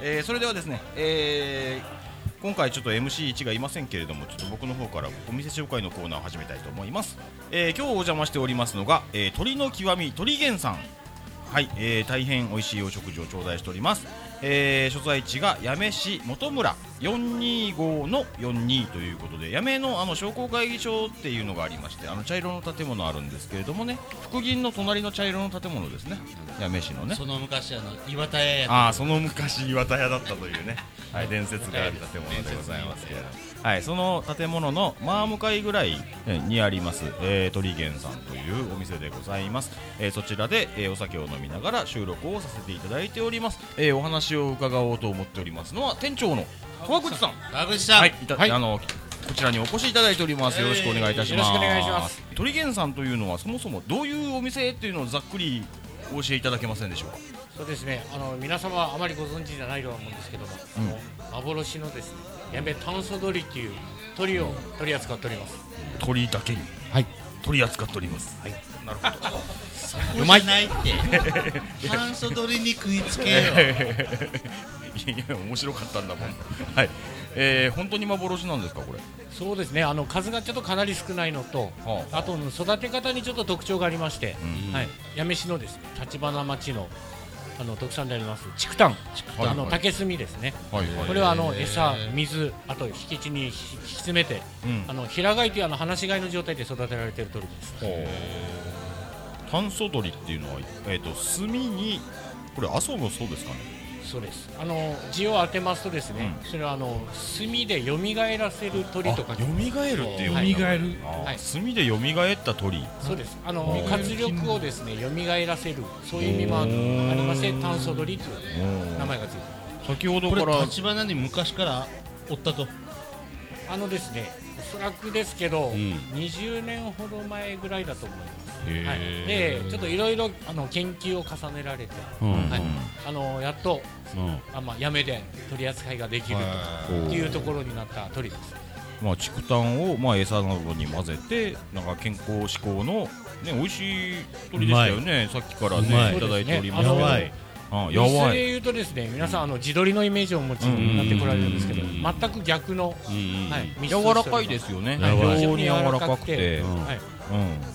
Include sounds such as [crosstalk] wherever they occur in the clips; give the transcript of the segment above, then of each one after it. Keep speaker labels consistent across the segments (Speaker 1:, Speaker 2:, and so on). Speaker 1: えー、それではですね、えー、今回ちょっと MC1 がいませんけれどもちょっと僕の方からお店紹介のコーナーを始めたいと思います、えー、今日お邪魔しておりますのが、えー、鳥の極み鳥源さんはい、えー、大変美味しいお食事を頂戴しております、えー、所在地が八女市本村425の42ということで八女のあの商工会議所っていうのがありましてあの茶色の建物あるんですけれどもね福銀の隣の茶色の建物ですね八女市
Speaker 2: [laughs]
Speaker 1: のね
Speaker 2: その昔あの岩田屋や
Speaker 1: ああその昔岩田屋だったというね、はい、伝説がある建物でございますけれども、はい、その建物の真向かいぐらいにあります、えー、鳥源さんというお店でございます、えーそちらで、えーお酒を飲みながら収録をさせていただいております、えーお話を伺おうと思っておりますのは店長の川口さん
Speaker 2: 川口さん
Speaker 1: はい、いたあのこちらにお越しいただいております。よろしくお願いいたします。
Speaker 3: よろしくお願いします。
Speaker 1: 鳥源さんというのはそもそもどういうお店っていうのをざっくりお教えいただけませんでしょうか。
Speaker 3: そうですね。あの皆様はあまりご存知じゃないとは思うんですけども、あの幻のですね、やべ炭素鳥っていう鳥を取り扱っております。
Speaker 1: 鳥だけに
Speaker 3: はい。
Speaker 1: 取り扱っております。はい、なるほど。
Speaker 2: うまいないって半袖に食いつけよ
Speaker 1: いや面白かったんだもん。はい。えー、本当に幻なんですかこれ。
Speaker 3: そうですね。あの数がちょっとかなり少ないのと、
Speaker 1: はあ
Speaker 3: あと育て方にちょっと特徴がありまして、
Speaker 1: うん
Speaker 3: はい。八女市のですね、橘町のあの特産であります竹炭、
Speaker 1: 炭
Speaker 3: あの
Speaker 1: はい
Speaker 3: 竹炭ですね。
Speaker 1: はいは
Speaker 3: これはあの餌、水、あと敷地に引き詰めて、
Speaker 1: うん
Speaker 3: あの平飼いというあの放し飼いの状態で育てられている鳥です。
Speaker 1: 炭素鳥っていうのはえっ、と炭にこれ阿蘇もそうですかね。
Speaker 3: そうです。あの字を当てますとですね、それはあの墨で蘇らせる鳥とか、
Speaker 1: 蘇るっていう。
Speaker 3: はい
Speaker 1: 蘇
Speaker 4: る
Speaker 1: あー
Speaker 3: はい
Speaker 1: 炭で蘇った鳥。
Speaker 3: そうです。あの
Speaker 1: おー
Speaker 3: 活力をですね蘇らせるそういう意味もありまして炭素鳥という名前がついてま
Speaker 1: 先ほど
Speaker 2: こ
Speaker 1: か
Speaker 2: れ
Speaker 1: ら
Speaker 2: 立花に昔からおったと
Speaker 3: す。あのですね、おそらくですけど、
Speaker 1: ん
Speaker 3: 20年ほど前ぐらいだと思います。
Speaker 1: へー
Speaker 3: はい。で、ちょっといろいろあの研究を重ねられて、
Speaker 1: ん
Speaker 3: はい
Speaker 1: うん。
Speaker 3: あのやっと
Speaker 1: うん
Speaker 3: あまあやめで取り扱いができる
Speaker 1: おー
Speaker 3: というところになった鳥です。
Speaker 1: まあ、竹炭をまあ餌などに混ぜてなんか健康志向の、ね、美味しい鳥でしたよねさっきから
Speaker 2: うま
Speaker 1: ね
Speaker 2: い
Speaker 1: いただいておりますけ
Speaker 3: や
Speaker 1: ど
Speaker 3: ば
Speaker 2: い
Speaker 1: あや
Speaker 3: や
Speaker 1: ば
Speaker 3: で
Speaker 1: い
Speaker 3: 言うとですね皆さんあの自撮りのイメージをお持ちになってこられるんですけど
Speaker 1: うん
Speaker 3: 全く逆の、はい、
Speaker 1: 柔らかいですよね
Speaker 2: やばい
Speaker 1: 非常に柔らかくて、
Speaker 3: う
Speaker 1: うんん
Speaker 3: はい、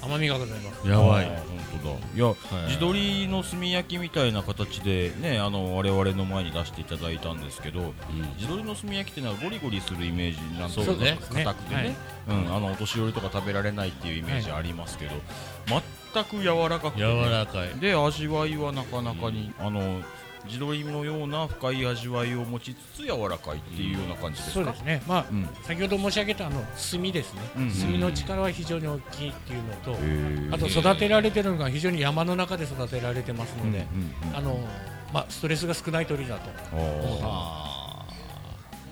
Speaker 3: 甘みがございます
Speaker 2: や
Speaker 1: あー本当だいや、自撮りの炭焼きみたいな形でねあの我々の前に出していただいたんですけど、自撮りの炭焼きってのはゴリゴリするイメージなんとな
Speaker 2: そうね
Speaker 1: く硬くてねうん、あのお年寄りとか食べられないっていうイメージありますけど、全く柔らかくてね、
Speaker 2: 柔らかい
Speaker 1: で味わいはなかなかに、あの地鶏のような深い味わいを持ちつつ柔らかいっていうような感じですか、
Speaker 3: そうですねまあ、
Speaker 1: うん
Speaker 3: 先ほど申し上げたあの炭ですね、
Speaker 1: うん
Speaker 3: 炭の力は非常に大きいっていうのと、
Speaker 1: へー
Speaker 3: あと育てられてるのが非常に山の中で育てられてますので、
Speaker 1: うんうん
Speaker 3: あのまあストレスが少ない鳥だと
Speaker 1: うんあ
Speaker 2: あ
Speaker 1: ー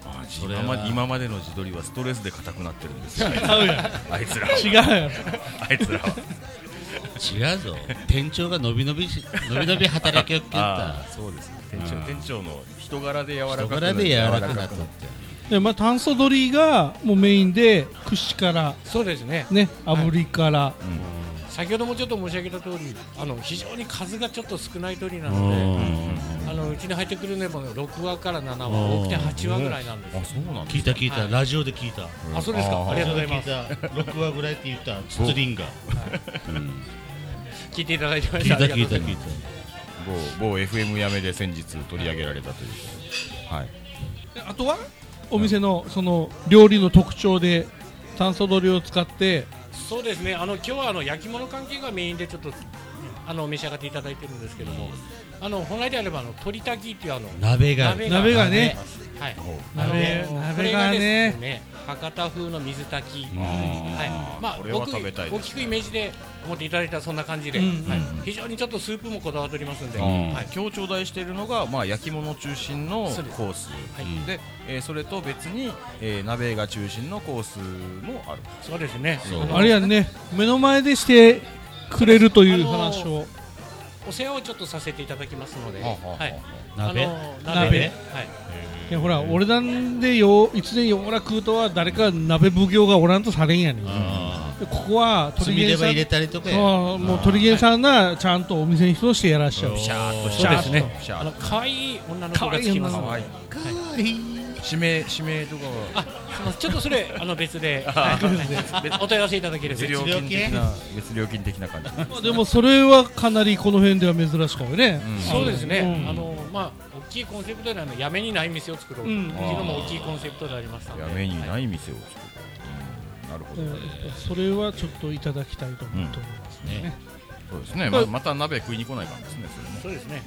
Speaker 1: あ
Speaker 2: それは
Speaker 1: 今まで今までの地鶏はストレスで硬くなってるんですよあいつらは
Speaker 4: 違うよ
Speaker 1: [laughs] あいつらは
Speaker 2: ー違うぞ店長が伸び伸びし伸び伸び働きよっけ [laughs] った
Speaker 1: あーそうですね店長店長の人柄で柔らか
Speaker 2: 人
Speaker 1: くな
Speaker 2: 柄で柔らかくなっ
Speaker 1: 柔
Speaker 2: たって
Speaker 4: でまあ炭素鶏がもうメインで串から
Speaker 3: そうですね
Speaker 4: ね炙りから、
Speaker 3: 先ほどもちょっと申し上げた通りあの非常に数がちょっと少ない鳥な
Speaker 2: う
Speaker 3: ので
Speaker 2: ん
Speaker 3: あのうちに入ってくるのも6話から7話多くて8話ぐらいなんです
Speaker 1: あそうなん
Speaker 2: 聞いた聞いた
Speaker 3: はい
Speaker 2: ラジオで聞いた
Speaker 3: あそうですかありがとうございます
Speaker 2: 6話ぐらいって言ったツツリンが
Speaker 3: 聞いていただいてまし
Speaker 2: 聞い
Speaker 3: た
Speaker 2: た聞いた
Speaker 3: ありがとうござま
Speaker 2: 聞いた
Speaker 1: 某某 FM やめで先日取り上げられたというはい
Speaker 4: であとはお店のその料理の特徴で炭素鶏を使って
Speaker 3: すそうですねあの今日はあの焼き物関係がメインでちょっとあの召し上がっていただいてるんですけどもあの本来であればあの鳥炊きっていうあの
Speaker 2: 鍋が
Speaker 4: 鍋がね
Speaker 3: はいあの
Speaker 4: 鍋
Speaker 3: こ
Speaker 4: 鍋
Speaker 3: れが
Speaker 4: が
Speaker 3: です
Speaker 4: ね
Speaker 3: ね博多風の水炊き
Speaker 1: あ
Speaker 3: は
Speaker 1: ー
Speaker 3: いまあ
Speaker 1: これは
Speaker 3: 僕
Speaker 1: 食べたいですね
Speaker 3: 大きくイメージで思っていただいたらそんな感じで
Speaker 4: うんうん
Speaker 3: はい非常にちょっとスープもこだわっておりますんで
Speaker 1: は
Speaker 3: はいい、
Speaker 1: 今日頂戴しているのが、まあ、焼き物中心のコ
Speaker 3: そうです
Speaker 1: ース
Speaker 3: はい
Speaker 1: で、えーそれと別に、えー鍋が中心のコースもある
Speaker 3: そうですね
Speaker 1: そう
Speaker 3: あの
Speaker 4: あれやね目の前でしてくれるという話を、
Speaker 3: お世話をちょっとさせていただきますので
Speaker 1: はあはあ
Speaker 3: はい
Speaker 2: 鍋
Speaker 3: あの
Speaker 4: 鍋
Speaker 3: はい
Speaker 4: いやほら俺なんでよいつでようら食うとは誰か鍋奉行がおらんとされんやねん
Speaker 2: あ
Speaker 4: でここは
Speaker 2: 積
Speaker 4: 鳥
Speaker 2: みレ
Speaker 4: 源
Speaker 2: バ
Speaker 4: さ
Speaker 2: 入れ
Speaker 4: ん
Speaker 2: たりとかや
Speaker 4: そうもう鳥源さんがちゃんとお店に人としてやらっしゃる
Speaker 2: お
Speaker 1: シャーっとし
Speaker 3: そう
Speaker 1: て
Speaker 3: ですね
Speaker 1: シャー
Speaker 3: あ
Speaker 1: っ
Speaker 3: の
Speaker 1: と
Speaker 3: 可愛い女の子がつきます
Speaker 4: 可
Speaker 1: 愛い女の
Speaker 2: かわいい
Speaker 1: 指名指名とかは
Speaker 3: あ、すみません。ちょっとそれあの別で、
Speaker 1: あ
Speaker 3: はいお問い合わせいただければ。
Speaker 1: 別料金的な別料金的な感じ
Speaker 4: まあでもそれはかなりこの辺では珍しかったよね、
Speaker 1: うん
Speaker 3: そうですね。
Speaker 4: うん
Speaker 3: あのまあ大きいコンセプトであのやめにない店を作ろう。っていうのも大きいコンセプトでありましたの
Speaker 1: い
Speaker 3: で。
Speaker 1: やメニュー
Speaker 3: は。
Speaker 1: ないい店を作る、うんなるほど、
Speaker 4: うんそれはちょっといただきたいと思っておりますね、
Speaker 1: そうですね
Speaker 4: これ
Speaker 1: ままた鍋食いに来ないかんですねそ [laughs] れね
Speaker 3: そうですね。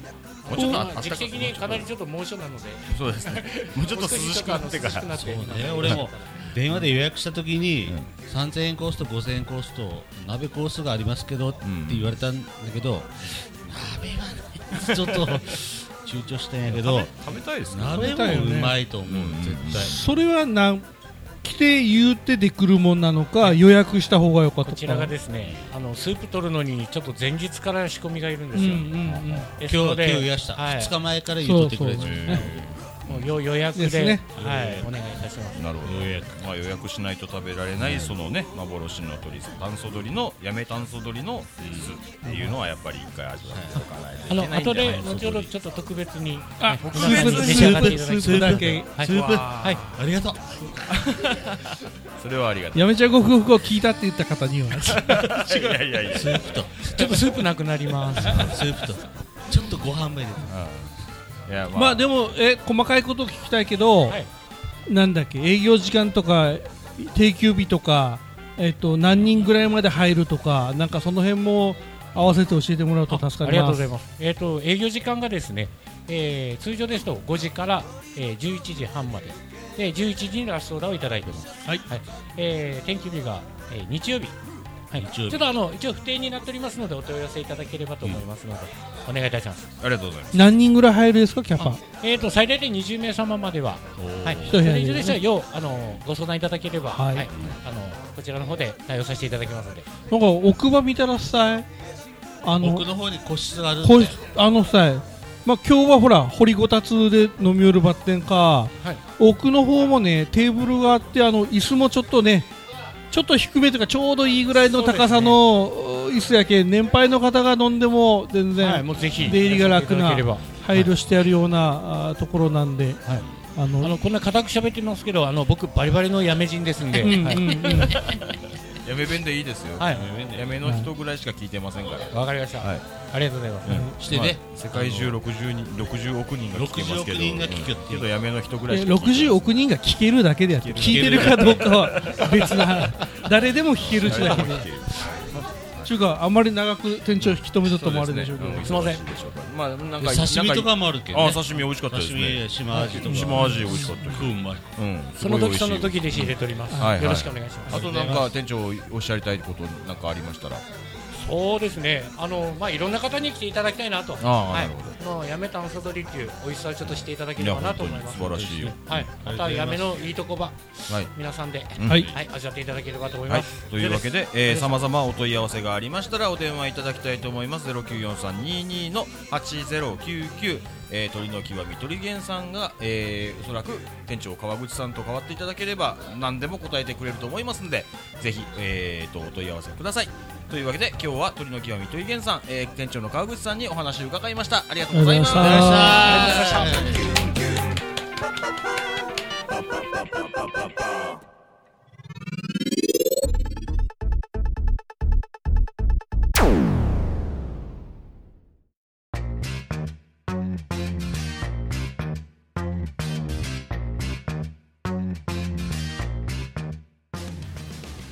Speaker 1: もうちょっとあ
Speaker 3: まあ時期的にかなりちょっと猛暑なので、
Speaker 1: そうですねもうちょっと涼しくなってから
Speaker 3: もう少しちょっとあの涼しくなって
Speaker 2: そうね俺も電話で予約した時に、3000円コースと5000円コースと鍋コースがありますけどって言われたんだけど、鍋はちょっと [laughs] 躊躇したんやけど
Speaker 1: 食べたいですね
Speaker 2: 鍋もうまいと思う、
Speaker 1: うん
Speaker 2: 絶対、
Speaker 4: それはなん来て言うてでくるもんなのか予約した方が良かった
Speaker 3: こ
Speaker 4: のか
Speaker 3: ちらがですね、あのスープ取るのにちょっと前日から仕込みがいるんで
Speaker 4: うん
Speaker 3: す
Speaker 4: うん
Speaker 3: よ。
Speaker 4: うん
Speaker 3: です
Speaker 2: 今
Speaker 3: の
Speaker 2: 日
Speaker 3: で
Speaker 2: 今日いらした、
Speaker 3: はい
Speaker 2: 2日前から言うとってくれ
Speaker 4: そう
Speaker 2: て
Speaker 4: そう
Speaker 2: る
Speaker 3: もうよ予約で
Speaker 4: ですね
Speaker 3: はい、お願いいたします。
Speaker 1: なるほど
Speaker 2: 予約
Speaker 1: まあ、予約しないと食べられない、そのね幻の鳥炭素鳥のやめ炭素鶏の酢っていうのはやっぱり一回味わっておかないと
Speaker 3: あ
Speaker 1: い
Speaker 3: の
Speaker 1: けないんじ
Speaker 3: 後
Speaker 1: ゃない
Speaker 3: で後ほどちょっと特別に
Speaker 4: あ
Speaker 3: はい
Speaker 4: スー
Speaker 3: 皆さ
Speaker 4: プ
Speaker 3: んに召し上がっていただき
Speaker 4: ス
Speaker 3: ます
Speaker 4: ープだけ
Speaker 3: はい
Speaker 2: スープ
Speaker 3: はい
Speaker 2: ありがとう
Speaker 1: それはありがたい
Speaker 4: やめちゃご夫婦を聞いたって言った方には
Speaker 1: いやいやいや
Speaker 2: スープと
Speaker 3: ちょっとスープなくなります。
Speaker 2: スープとちょっとご飯も入れて
Speaker 1: いやまあ、
Speaker 4: まあでもえ細かいこと聞きたいけど、
Speaker 3: はい
Speaker 4: なんだっけ営業時間とか定休日とかえっと何人ぐらいまで入るとかなんかその辺も合わせて教えてもらうと助
Speaker 3: あり
Speaker 4: かり
Speaker 3: がとう
Speaker 4: ま
Speaker 3: ご
Speaker 4: す
Speaker 3: ざいます。えっ、と営業時間がですね、えー通常ですと5時から、えー、11時半まで。で11時にラストオーダーをいただいてます。
Speaker 4: はい
Speaker 3: えー天気日が、えー日曜日。はい。
Speaker 2: 日曜日
Speaker 3: ちょっとあの一応不定になっておりますのでお問い合わせいただければと思いますので、お願いいたします。
Speaker 1: ありがとうございます
Speaker 4: 何人ぐらい入るですかキャパ
Speaker 3: えっ、と最大で20名様までは、はい。
Speaker 4: 一
Speaker 3: そ
Speaker 4: 部屋
Speaker 3: れ以
Speaker 4: に
Speaker 3: 上でしたら要あのご相談いただければ、
Speaker 4: は
Speaker 3: はいい。あのこちらの方で対応させていただきますので。
Speaker 4: なんか奥歯見たらさえあの
Speaker 2: 奥の方に個室があるんで
Speaker 4: こうあのさまあ、今日はほら掘りごたつで飲み寄るバッテンか、
Speaker 3: はい
Speaker 4: 奥の方もねテーブルがあってあの椅子もちょっとねちょっと低めというかちょうどいいぐらいの高さの椅子やけん、年配の方が飲んでも全
Speaker 3: はい。
Speaker 4: 然
Speaker 3: もうぜひ
Speaker 4: 出入りが楽
Speaker 3: いただ
Speaker 4: な
Speaker 3: ければ
Speaker 4: 配慮してあるようなあーところなんで、
Speaker 3: はい
Speaker 4: あの
Speaker 3: あのこんな固く喋ってますけど、あの僕バリバリのやめ人ですんで、
Speaker 4: うんうん
Speaker 3: はい
Speaker 4: うん
Speaker 1: やめ弁でいいですよ、
Speaker 3: はい
Speaker 1: やめ弁でやめの人ぐらいしか聞いてませんから、
Speaker 3: [laughs] わかりました、
Speaker 1: はい
Speaker 3: ありがとうございます。
Speaker 1: うん
Speaker 2: してね
Speaker 1: まあ世界中60人60億人が聞けますけ
Speaker 2: 60億
Speaker 1: ど
Speaker 2: 人が聞くっていう
Speaker 1: うんけどやめの人ぐらい
Speaker 4: え
Speaker 1: しか聞いて
Speaker 4: 60億人が聞けるだけであって聞いてるかどうかは別な話誰でも聞けるしだけで。
Speaker 1: 聞ける
Speaker 4: ちゅうかあんまり長く店長引き止めとったもあれでしょうけど、
Speaker 1: そう
Speaker 3: すいません
Speaker 1: 忙いでしょうからまあなんか
Speaker 2: 刺身と
Speaker 1: な
Speaker 2: かもあるけ
Speaker 1: ん
Speaker 2: ど、
Speaker 1: かあ
Speaker 2: ね、
Speaker 1: 刺身美味しかったです
Speaker 2: 刺
Speaker 1: ね
Speaker 2: 身島味とか
Speaker 1: 島味美味しかったです
Speaker 2: すっごいうまい
Speaker 1: うん
Speaker 3: その時その時で仕入れております、
Speaker 1: はいはい
Speaker 3: よろしくお願いします。
Speaker 1: あとなんか店長おっしゃりたいことなんかありましたら
Speaker 3: そうですね、あのまあいろんな方に来ていただきたいなと、
Speaker 1: ああ
Speaker 3: はい
Speaker 1: なるほ、
Speaker 3: もうやめたんそどりっていう美味しさをちょっとしていただけ
Speaker 1: い
Speaker 3: れ
Speaker 1: や
Speaker 3: ばな
Speaker 1: 本
Speaker 3: と
Speaker 1: 当
Speaker 3: 思
Speaker 1: に
Speaker 3: います。
Speaker 1: 素晴らしいよ
Speaker 3: はい、またやめのいいとこば、
Speaker 1: はい
Speaker 3: 皆さんで、
Speaker 1: うん
Speaker 4: はい
Speaker 3: はい、味わっていただければと思い
Speaker 1: はい
Speaker 3: ます。、
Speaker 1: というわけで、
Speaker 3: 以上
Speaker 1: えー、
Speaker 3: す
Speaker 1: 様々お問い合わせがありましたらお電話いただきたいと思います094322の8099、えー、鳥の極み鳥源さんが、えー、おそらく店長川口さんと代わっていただければ何でも答えてくれると思いますのでぜひ、えー、とお問い合わせくださいというわけで今日は鳥の極み鳥源さん、えー、店長の川口さんにお話を伺いましたありがとうございまし
Speaker 4: ありが
Speaker 2: あり
Speaker 1: た
Speaker 4: とうございました
Speaker 2: がとうございました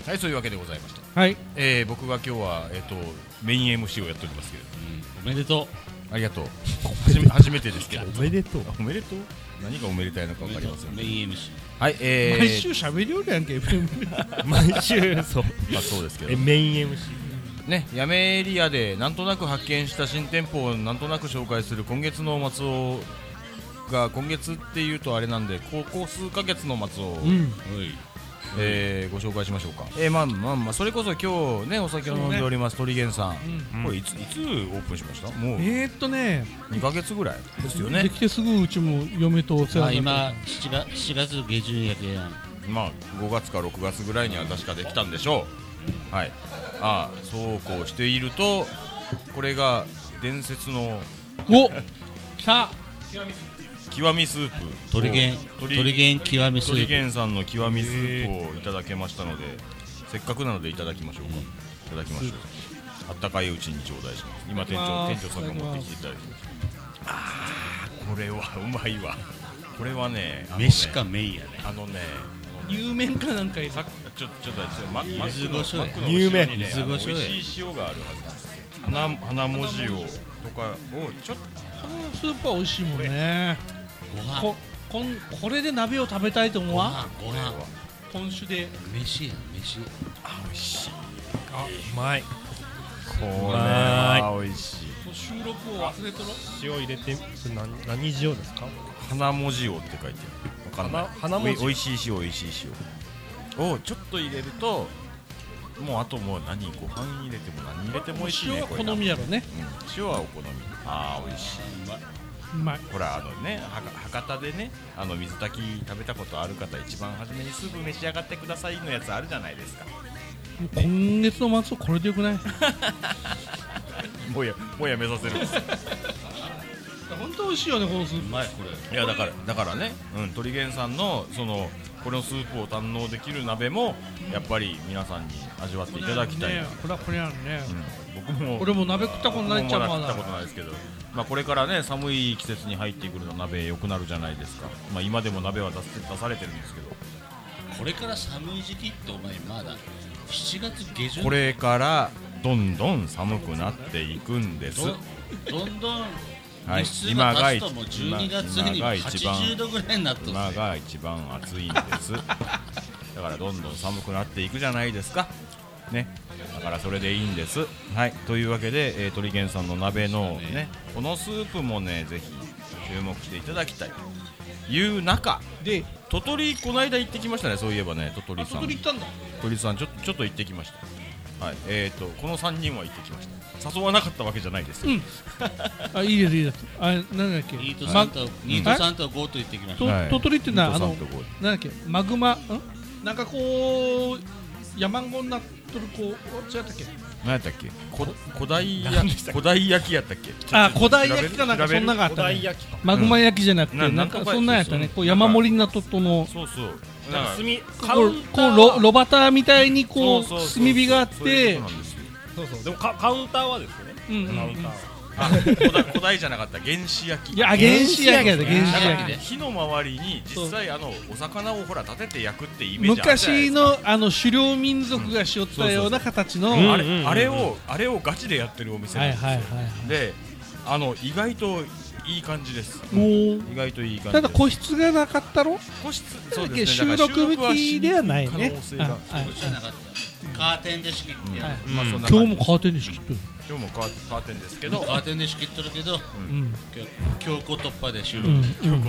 Speaker 1: はいそういうわけでございました、
Speaker 4: はい
Speaker 1: えー、僕が今日は、えー、とメイン MC をやっておりますけれど
Speaker 2: おめでと
Speaker 1: ありがとう初め初めてですけど
Speaker 4: おめでとう
Speaker 1: おめでとう何がおめでたいのか
Speaker 2: う
Speaker 1: 分かりません
Speaker 2: メイン MC
Speaker 1: はいえー、
Speaker 4: 毎週喋りよるやん [laughs] け FM
Speaker 5: 毎週そう
Speaker 1: まあそうですけ
Speaker 5: え
Speaker 1: ど
Speaker 5: メイン MC
Speaker 1: ねやめエリアでなんとなく発見した新店舗をなんとなく紹介する今月の松尾が今月っていうとあれなんでここ数ヶ月の松尾を、えーご紹介しましょうか、えーまあまあまあそれこそ今日ねお酒を飲んでおります鳥源さん、これいついつオープンしましたもう
Speaker 4: えーっとね
Speaker 1: 2ヶ月ぐらいですよ
Speaker 4: で
Speaker 1: ね
Speaker 4: きてすぐうちも嫁とお世
Speaker 2: まあ
Speaker 4: 話になっ
Speaker 2: 今7月 ,7 月下旬やけやん
Speaker 1: まあ5月か6月ぐらいには確かできたんでしょうはいああそうこうしているとこれが伝説の
Speaker 4: お来た
Speaker 1: 極みスープ
Speaker 2: 鳥源鳥源極みス
Speaker 1: 鳥
Speaker 2: ープ
Speaker 1: 源さんの極みスープをいただけましたのでせっかくなのでいただきましょうか、いただきましょうあったかいうちに頂戴します今店長
Speaker 4: いただ
Speaker 1: 店
Speaker 4: きます
Speaker 1: 長さんが持ってきていただいてますあーこれはうまいわこれはねあのね
Speaker 2: 飯かメインやね
Speaker 1: あのね
Speaker 4: 有名かなんかい
Speaker 1: さっきちょちょっと待ってママック
Speaker 2: 柚
Speaker 1: の
Speaker 2: 子胡椒
Speaker 1: マ
Speaker 2: や
Speaker 1: ックの後ろにね
Speaker 2: 柚子胡椒や
Speaker 1: あの美味しい塩があるはずなんです花花文字をとかをちょっと
Speaker 4: このスープは美味しいもんね
Speaker 2: ご飯
Speaker 4: ここんこれで鍋を食べたいと思
Speaker 2: ご
Speaker 4: わ
Speaker 2: 飯ご飯
Speaker 4: 今週で
Speaker 2: 飯や飯
Speaker 1: あ美味しい
Speaker 5: まい
Speaker 1: これ
Speaker 5: は
Speaker 1: 美味しい
Speaker 4: 収録を忘れとろ
Speaker 5: 塩入れて何何塩ですか
Speaker 1: 花文字をって書いてあるわかんない
Speaker 5: 花花文字
Speaker 1: おいおいしい塩おいしい塩をちょっと入れるともうあともう何ご飯入れても何入れても美味しい
Speaker 4: 塩
Speaker 1: ね
Speaker 4: は
Speaker 1: これ
Speaker 4: 好みやろね
Speaker 1: うん塩はお好みああ美味しいう
Speaker 4: まい
Speaker 1: ほらあのねはか博多でねあの水炊き食べたことある方一番初めにスープ召し上がってくださいのやつあるじゃないですか [laughs]
Speaker 4: もう今月の末はこれでよくない
Speaker 1: もうやもうやめさせるん
Speaker 4: [laughs]
Speaker 1: です
Speaker 4: 本当美味しいよねこのスー
Speaker 2: う
Speaker 4: プ
Speaker 2: まいこれ
Speaker 1: いやだからだからね、うん、鳥源さんのそのこのスープを堪能できる鍋もやっぱり皆さんに味わっていただきたい、
Speaker 4: ねこれはこれやんね、
Speaker 1: うん僕も
Speaker 4: 俺も鍋食ったことないっちゃう
Speaker 1: 僕
Speaker 4: ま
Speaker 1: もまだ食ったこと
Speaker 4: だ
Speaker 1: ないですけど、まあ、これからね寒い季節に入ってくると鍋良くなるじゃないですか、まあ、今でも鍋は出せ出されてるんですけど
Speaker 2: これから寒い時期ってお前まだ7月下旬
Speaker 1: これからどんどん寒くなっていくんです
Speaker 2: どんどん
Speaker 1: はい
Speaker 2: 日数が経つともう
Speaker 1: 今が
Speaker 2: 12月に
Speaker 1: 今が一番
Speaker 2: 80度ぐらいになっとる
Speaker 1: 今が一番暑いんです
Speaker 4: [laughs]
Speaker 1: だからどんどん寒くなっていくじゃないですかねだからそれでいいんですはいというわけで、えー、鳥源さんの鍋
Speaker 2: そう
Speaker 1: のね
Speaker 2: ですね
Speaker 1: このスープもねぜひ注目していただきたいという中
Speaker 4: で
Speaker 1: 鳥取この間行ってきましたねそういえばね鳥取
Speaker 4: あそ
Speaker 1: さ
Speaker 4: こ
Speaker 1: ん
Speaker 4: に行ったんだ
Speaker 1: 鳥さんちょちょっと行ってきましたはいえー、とこの3人は行ってきました誘わなかったわけじゃないです、
Speaker 4: うんあいいですいいですあなんだっけ
Speaker 2: ニートさんと、
Speaker 4: ま
Speaker 2: ニートさんとゴート行ってきまし
Speaker 4: と
Speaker 2: た。
Speaker 1: はい
Speaker 4: 鳥取ってなあの
Speaker 1: 水戸さんとこ
Speaker 4: なんだっけマグマんなんかこう山んごになっとるこう違ったっけ
Speaker 1: 何やったっけこ古代焼き古代焼きやったっけ
Speaker 4: あ古代焼きかなんかそんながあっ
Speaker 5: 古
Speaker 4: た
Speaker 5: 代
Speaker 4: ね
Speaker 5: 焼きか
Speaker 4: マグマ焼きじゃなくて
Speaker 1: うん
Speaker 4: なんかそんなんやった
Speaker 1: なん
Speaker 4: ね
Speaker 1: か
Speaker 4: こう山盛りになっとっとの
Speaker 1: そうそう
Speaker 5: なんか
Speaker 1: 炭
Speaker 5: 炭カ
Speaker 4: こ
Speaker 5: ウ
Speaker 4: う
Speaker 5: ンタ
Speaker 4: こ
Speaker 5: ー
Speaker 4: うロロバターみたいにこう
Speaker 1: そうそうそう
Speaker 4: 炭火があっ
Speaker 1: そういう
Speaker 4: て
Speaker 1: ことなんですよ
Speaker 5: そうそうでもカカウンターはですね
Speaker 4: うんうんう
Speaker 5: カウンター
Speaker 4: ん
Speaker 5: は
Speaker 1: あ古代古代じゃなかった原始焼き
Speaker 4: いや原始焼きやで原
Speaker 1: だ
Speaker 4: 始
Speaker 1: から
Speaker 4: 焼き
Speaker 2: ね
Speaker 1: 火の周りに実際あのお魚をほら立てて焼くってイメージあるじゃないで
Speaker 4: 昔
Speaker 1: すか
Speaker 4: のあの狩猟民族がしよったような形の、
Speaker 5: そうそう
Speaker 1: あ
Speaker 5: うんうんうんう
Speaker 1: れ
Speaker 5: ん
Speaker 1: あれをあれをガチでやってるお店なんですよ、であの意外といい感じです
Speaker 4: もう
Speaker 1: 意外といい感じで
Speaker 4: ただ
Speaker 1: す
Speaker 4: 個室がなかったろ
Speaker 1: 個室
Speaker 4: だけど収録向きではないね
Speaker 1: 可能性
Speaker 4: は
Speaker 1: が
Speaker 4: いはい
Speaker 2: こっちじゃなかった。カーテンで仕切ってやる。
Speaker 1: まあそんな
Speaker 4: 今
Speaker 1: 感
Speaker 4: 日
Speaker 1: じ
Speaker 4: もカーテンで仕切ってる、
Speaker 1: 今日もカーカーテンですけ
Speaker 2: カ
Speaker 1: ど
Speaker 2: ーテンで仕切っとるけど、
Speaker 4: うん
Speaker 2: 今日強行突破で収
Speaker 4: う
Speaker 2: 録。
Speaker 4: んうん、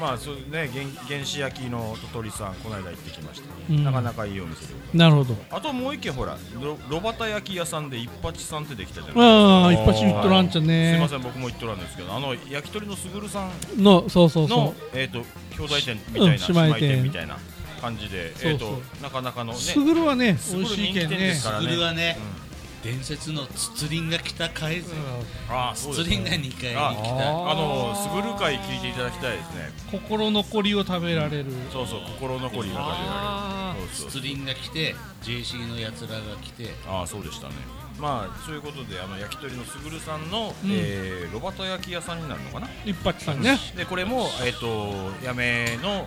Speaker 1: まあそうね原原始焼きの鳥取さんこの間行ってきました、
Speaker 4: うん
Speaker 1: なかなかいいお店で
Speaker 4: なるほど
Speaker 1: あともう一軒ほらロロバタ焼き屋さんで一八さんってできたじゃないですか
Speaker 4: ああ一発言っとらんちゃ
Speaker 1: すい
Speaker 4: ね
Speaker 1: ません僕も行っとらんですけどあの焼き鳥のすぐるさん
Speaker 4: のそうそう
Speaker 1: の
Speaker 4: そ
Speaker 1: えっ、と兄弟店みたいな、
Speaker 4: うん
Speaker 1: 姉
Speaker 4: 姉
Speaker 1: 妹
Speaker 4: 妹店
Speaker 1: 店みたいな感じでえっ、
Speaker 4: そう
Speaker 1: となかなかの
Speaker 4: う
Speaker 1: ね
Speaker 4: すぐるはね
Speaker 1: す
Speaker 4: 美
Speaker 1: ぐ
Speaker 4: 味
Speaker 1: る
Speaker 4: しい
Speaker 1: 人
Speaker 4: け
Speaker 1: 気
Speaker 4: ん
Speaker 1: 店
Speaker 4: ね
Speaker 1: ですから
Speaker 2: ス
Speaker 1: ね
Speaker 2: グルはね
Speaker 1: う
Speaker 2: 伝説のつつりんが来た回数。
Speaker 1: んああそう
Speaker 2: つ
Speaker 1: で
Speaker 2: つ
Speaker 1: す
Speaker 2: りん
Speaker 1: ね
Speaker 2: が2回
Speaker 1: あ
Speaker 2: に来た。
Speaker 1: あのすぐる会聞いていただきたいですね
Speaker 4: 心残りを食べられる、
Speaker 1: そうそう心残りの感
Speaker 5: あ
Speaker 1: じそう
Speaker 2: つ
Speaker 1: そう
Speaker 2: つりんが来て、JC のやつらが来て、
Speaker 1: ああそうでしたねまあそういうことであの焼き鳥のすぐるさんの、
Speaker 4: うん
Speaker 1: えーロバタ焼き屋さんになるのかな
Speaker 4: 一発さんね
Speaker 1: でこれも、えっとやめのも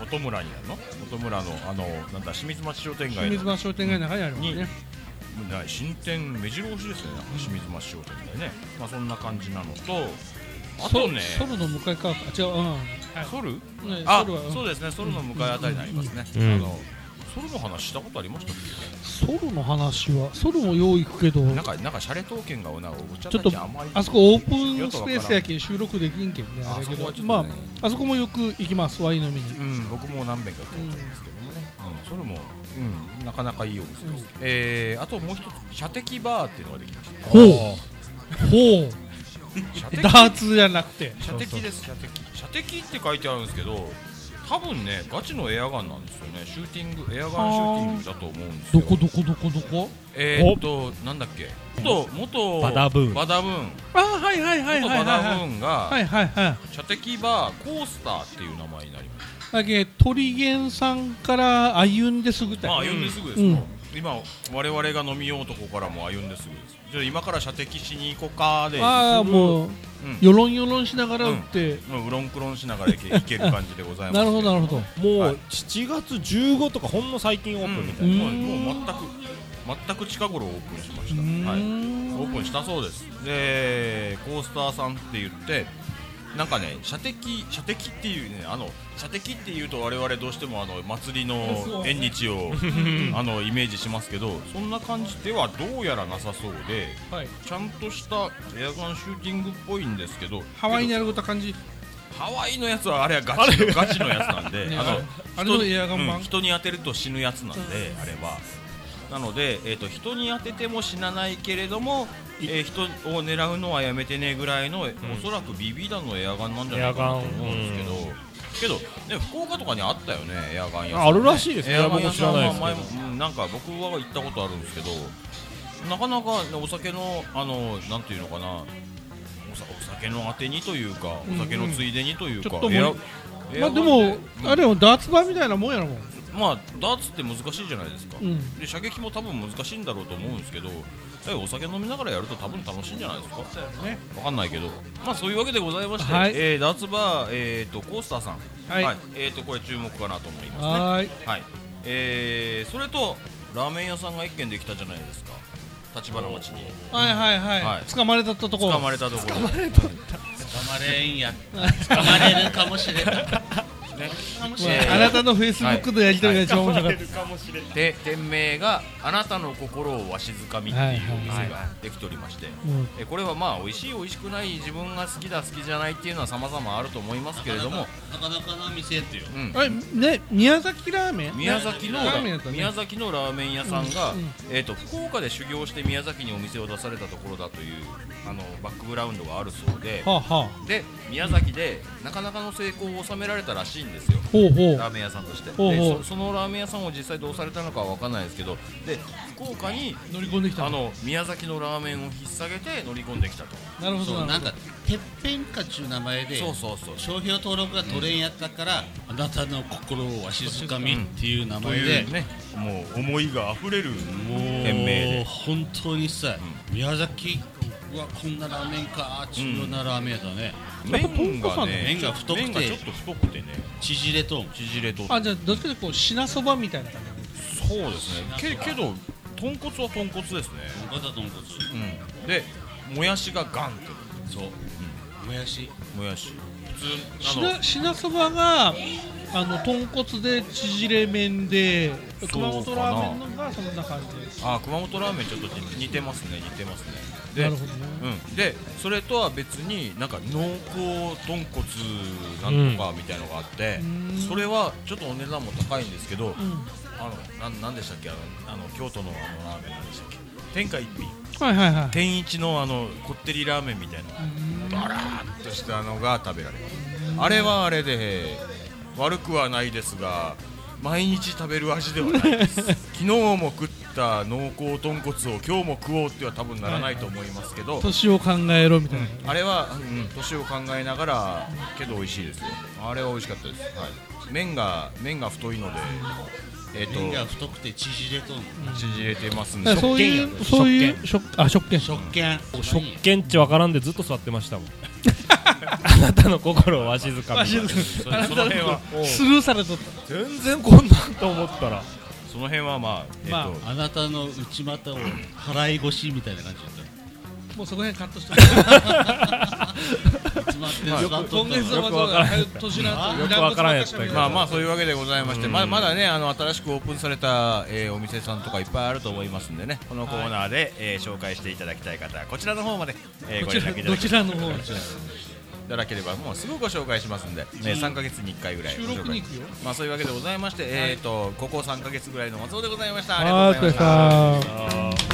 Speaker 1: 元村にあるの元村のあのなんだ清水町商店街
Speaker 4: 清水
Speaker 1: の
Speaker 4: 間商店街の中にあります
Speaker 1: に
Speaker 4: ね
Speaker 1: な新店目白押しですねなんか清水町商店街ね、まあ、そんな感じなのとあとね
Speaker 4: ソソルの向かいかあ違ううん
Speaker 1: ソル
Speaker 4: ね
Speaker 1: あ
Speaker 4: ソルはうん
Speaker 1: そうですねソルの向かいあたりになりますね、
Speaker 5: うん
Speaker 1: あのソルの話したことありましたっ
Speaker 4: ソルの話はソルもよう行くけど
Speaker 1: けなんかなんかシャレ刀剣がおなお茶
Speaker 4: ちょっと
Speaker 1: あんまり
Speaker 4: あそこオープンスペースやけん収録できんけんね
Speaker 1: あ
Speaker 4: あれ
Speaker 1: そこ
Speaker 4: けど
Speaker 1: はちょっとね
Speaker 4: まああそこもよく行きますワイン飲みに
Speaker 1: うん、僕も何遍か行ったことあるんですけどもね、うん、それも、うん、なかなかいいお店です、えー、あともう一つ射的バーっていうのができました
Speaker 4: ほうほう
Speaker 1: 射的
Speaker 4: [laughs] ダーツじゃなくて
Speaker 1: 射的です射的射的って書いてあるんですけど多分ねガチのエアガンなんですよねシューティングエアガンシューティングだと思うんです
Speaker 4: ど
Speaker 1: よ
Speaker 4: こどこどこどこ
Speaker 1: えー、っとなんだっけ元元
Speaker 5: バダブーン
Speaker 1: バダブーン
Speaker 4: あはいはいはい
Speaker 1: 元
Speaker 4: はい
Speaker 1: バ
Speaker 4: は
Speaker 1: ダ
Speaker 4: い
Speaker 1: ブー
Speaker 4: は
Speaker 1: ンが
Speaker 4: いはいはい
Speaker 1: 射的バーコースターっていう名前になります
Speaker 4: だけ鳥源さんから歩んですぐたい
Speaker 1: まあ
Speaker 4: な
Speaker 1: 歩んですぐですか、
Speaker 4: うん
Speaker 1: 今我々が飲み男からも歩んですぐですじゃあ今から射的しに行こうかで
Speaker 4: ああも
Speaker 1: う
Speaker 4: う
Speaker 1: ん
Speaker 4: よろんよろんしながら打って
Speaker 1: もううろんくろんしながらいけいける感じでございます
Speaker 4: [laughs] なるほどなるほど
Speaker 5: も
Speaker 1: はいう
Speaker 5: 7月15とかほんの最近オ
Speaker 1: オ
Speaker 5: ー
Speaker 1: ー
Speaker 5: プ
Speaker 1: プ
Speaker 5: ン
Speaker 1: ン
Speaker 5: み
Speaker 1: み
Speaker 5: た
Speaker 1: たいな、も
Speaker 5: いな、
Speaker 1: うもう全く全く近頃オープンしました、はい、オープンしたそうですでコースターさんって言ってなんかね射的射的っていうねあの射的っていうと我々どうしてもあの祭りの縁日
Speaker 4: [laughs]
Speaker 1: をあのイメージしますけどそんな感じではどうやらなさそうで、
Speaker 5: はい
Speaker 1: ちゃんとしたエアガンシューティングっぽいんですけど
Speaker 4: ハワイにやることは感じ
Speaker 1: ハワイのやつはあれはガチの
Speaker 4: [laughs]
Speaker 1: ガチのやつなんで、
Speaker 4: ね
Speaker 1: あの
Speaker 4: あれの
Speaker 1: 人に
Speaker 4: エアガン版
Speaker 1: うん人に当てると死ぬやつなんで、あれは。なので、えー、と人に当てても死なないけれども、えー人を狙うのはやめてねぐらいの、おそらく BB 弾のエアガンなんじゃないかなと思うんですけど、けど、ね、福岡とかにあったよね、エアガン屋さんね
Speaker 5: あるらしいですね
Speaker 1: エアガン屋さんは
Speaker 5: 僕知らな
Speaker 1: 前
Speaker 5: いです
Speaker 1: もうんなんか僕は行ったことあるんですけど、なかなかね、お酒の、あのなんていうのかな、おさお酒のあてにというか、お酒のついでにというか、
Speaker 4: ちょっともう
Speaker 1: エアエ
Speaker 4: ま
Speaker 1: アガ
Speaker 4: あ
Speaker 1: ン
Speaker 4: でも
Speaker 1: うん
Speaker 4: あれもダーツバーみたいなもんやろもん
Speaker 1: まあ、ダーツって難しいじゃないですか、
Speaker 4: うん
Speaker 1: で射撃も多分難しいんだろうと思うんですけど、えお酒飲みながらやると多分楽しいんじゃないですか、
Speaker 4: ね
Speaker 1: わかんないけど、まあそういうわけでございまして、
Speaker 4: はい
Speaker 1: えーダーツバー、えー、とコースターさん、
Speaker 4: はい
Speaker 1: えー、とこれ、注目かなと思いますね。
Speaker 4: はーい
Speaker 1: はい、えー、それとラーメン屋さんが一軒できたじゃないですか立花町に
Speaker 4: はいはいは
Speaker 1: はいい
Speaker 4: 捕まれたったとこ
Speaker 1: 捕まれたところ
Speaker 2: まれんや捕まれるかもしれないかもしれ
Speaker 1: えー
Speaker 4: あなたのフェイスブックのやり取りが一番面白かった
Speaker 1: で店名が「あなたの心をわしづかみ」っていうお
Speaker 4: はい
Speaker 1: 店
Speaker 4: は
Speaker 1: ができておりまして、
Speaker 4: うん
Speaker 1: えーこれはまあ美味しい美味しくない自分が好きだ好きじゃないっていうのは様々あると思いますけれど [laughs] も、
Speaker 2: なかなかの店ってよ
Speaker 1: うん、
Speaker 4: あれね宮崎ラーメン
Speaker 1: 宮崎の
Speaker 4: ラーメンやったね
Speaker 1: 宮崎のラーメン屋さんが、
Speaker 4: うんうん
Speaker 1: えー、と福岡で修行して宮崎にお店を出されたところだというあのバックグラウンドがあるそうで、
Speaker 4: はあはあ
Speaker 1: で宮崎でなかなかの成功を収められたらしいんですよ
Speaker 4: ほうほう
Speaker 1: ラーメン屋さんとして
Speaker 4: ほうほう
Speaker 1: でそそのラーメン屋さんを実際どうされたのかは分かんないですけどで福岡に
Speaker 4: 乗り込んできた
Speaker 1: あの宮崎のラーメンを引っ提げて乗り込んできたと
Speaker 4: なるほ
Speaker 2: そ
Speaker 4: ど
Speaker 2: うな
Speaker 4: なる
Speaker 2: んかてっぺんかっちゅう名前で
Speaker 1: そうそうそう
Speaker 2: 商標登録が取れんやったから、あなたの心をわしづかみっていう名前で、
Speaker 1: ねもう思いがあふれる
Speaker 2: もう
Speaker 1: 店名で
Speaker 2: 本当にさ、宮崎はこんなラーメンか中央なラーメンやだね、
Speaker 1: 麺がね
Speaker 2: 麺が太くて
Speaker 1: 麺がちょっと太くてね
Speaker 2: 縮れとん
Speaker 1: 縮れと
Speaker 4: ほどあじゃあどっちかというとこう品そばみたいな感じ
Speaker 1: そうですねけけど豚骨は豚骨ですね、
Speaker 2: 豚豚骨
Speaker 1: うん、でもやしがガンって
Speaker 2: そう、もやし
Speaker 1: もやし普通あの
Speaker 4: 品品そばがあの豚骨で縮れ麺で
Speaker 1: そうか
Speaker 4: 熊
Speaker 1: な
Speaker 4: 本ラーメンのがそんな感じ
Speaker 1: あ熊本ラーメンちょっと似てますね似てますねで
Speaker 4: なるほどね
Speaker 1: うん、でそれとは別になんか濃厚豚骨なんとかみたいのがあって、
Speaker 4: うん
Speaker 1: それはちょっとお値段も高いんですけど、
Speaker 4: うん
Speaker 1: あのなんなんでしたっけあのあの京都のあのラーメンなんでしたっけ天下一品
Speaker 4: はいはいはい
Speaker 1: 天一のあのこってりラーメンみたいなバラーっとしたのが食べられますあれはあれで悪くはないですが毎日食べる味ではないで
Speaker 4: [laughs]
Speaker 1: す昨日も食った濃厚豚骨を今日も食おうっては多分ならないと思いますけど、
Speaker 4: 年を考えろみたいな、
Speaker 1: あれは、うん、年を考えながらけど美味しいですよあれは美味しかったです、はい、麺が麺が太いのでえっ、
Speaker 2: 麺が
Speaker 1: と
Speaker 2: 太くて縮れとん
Speaker 1: 縮れてますん
Speaker 4: だ
Speaker 1: で
Speaker 4: からそうい
Speaker 5: 食
Speaker 4: う
Speaker 5: 券や
Speaker 4: そういう食あ食券
Speaker 2: 食券
Speaker 5: 食券っちわからんでずっと座ってましたもんあなたの心をわしづか
Speaker 4: あ
Speaker 5: み
Speaker 4: しず
Speaker 1: その辺は
Speaker 4: スルーされとっ
Speaker 5: 全然こんなんと思ったら
Speaker 1: その辺はまあえっ、
Speaker 4: まあ
Speaker 1: と、
Speaker 2: あなたの内股を払い腰みたいな感じだった
Speaker 4: たもうそこへんカットして
Speaker 2: 集まって座っと
Speaker 4: 今
Speaker 2: った
Speaker 4: 月
Speaker 2: わ
Speaker 4: はまずは早く年なんて
Speaker 5: よくわからんやつだけど
Speaker 1: まあまあそういうわけでございまして、まだまだねあの新しくオープンされた、えーお店さんとかいっぱいあると思いますんでねこのコーナーで、えー紹介していただきたい方はこちらの方まで、えーご
Speaker 4: どち
Speaker 1: 連
Speaker 4: ら
Speaker 1: 絡いた
Speaker 4: ど
Speaker 1: だけ
Speaker 4: ち
Speaker 1: い
Speaker 4: らの方
Speaker 1: ただければもうすぐご紹介しますんで、ね、3か月に1回ぐらいご
Speaker 4: 収
Speaker 1: 紹介
Speaker 4: 録に行くよ
Speaker 1: まあそういうわけでございまして、えー、とここ3か月ぐらいの松尾でございましたありがとう
Speaker 4: あ
Speaker 1: ございました
Speaker 4: あ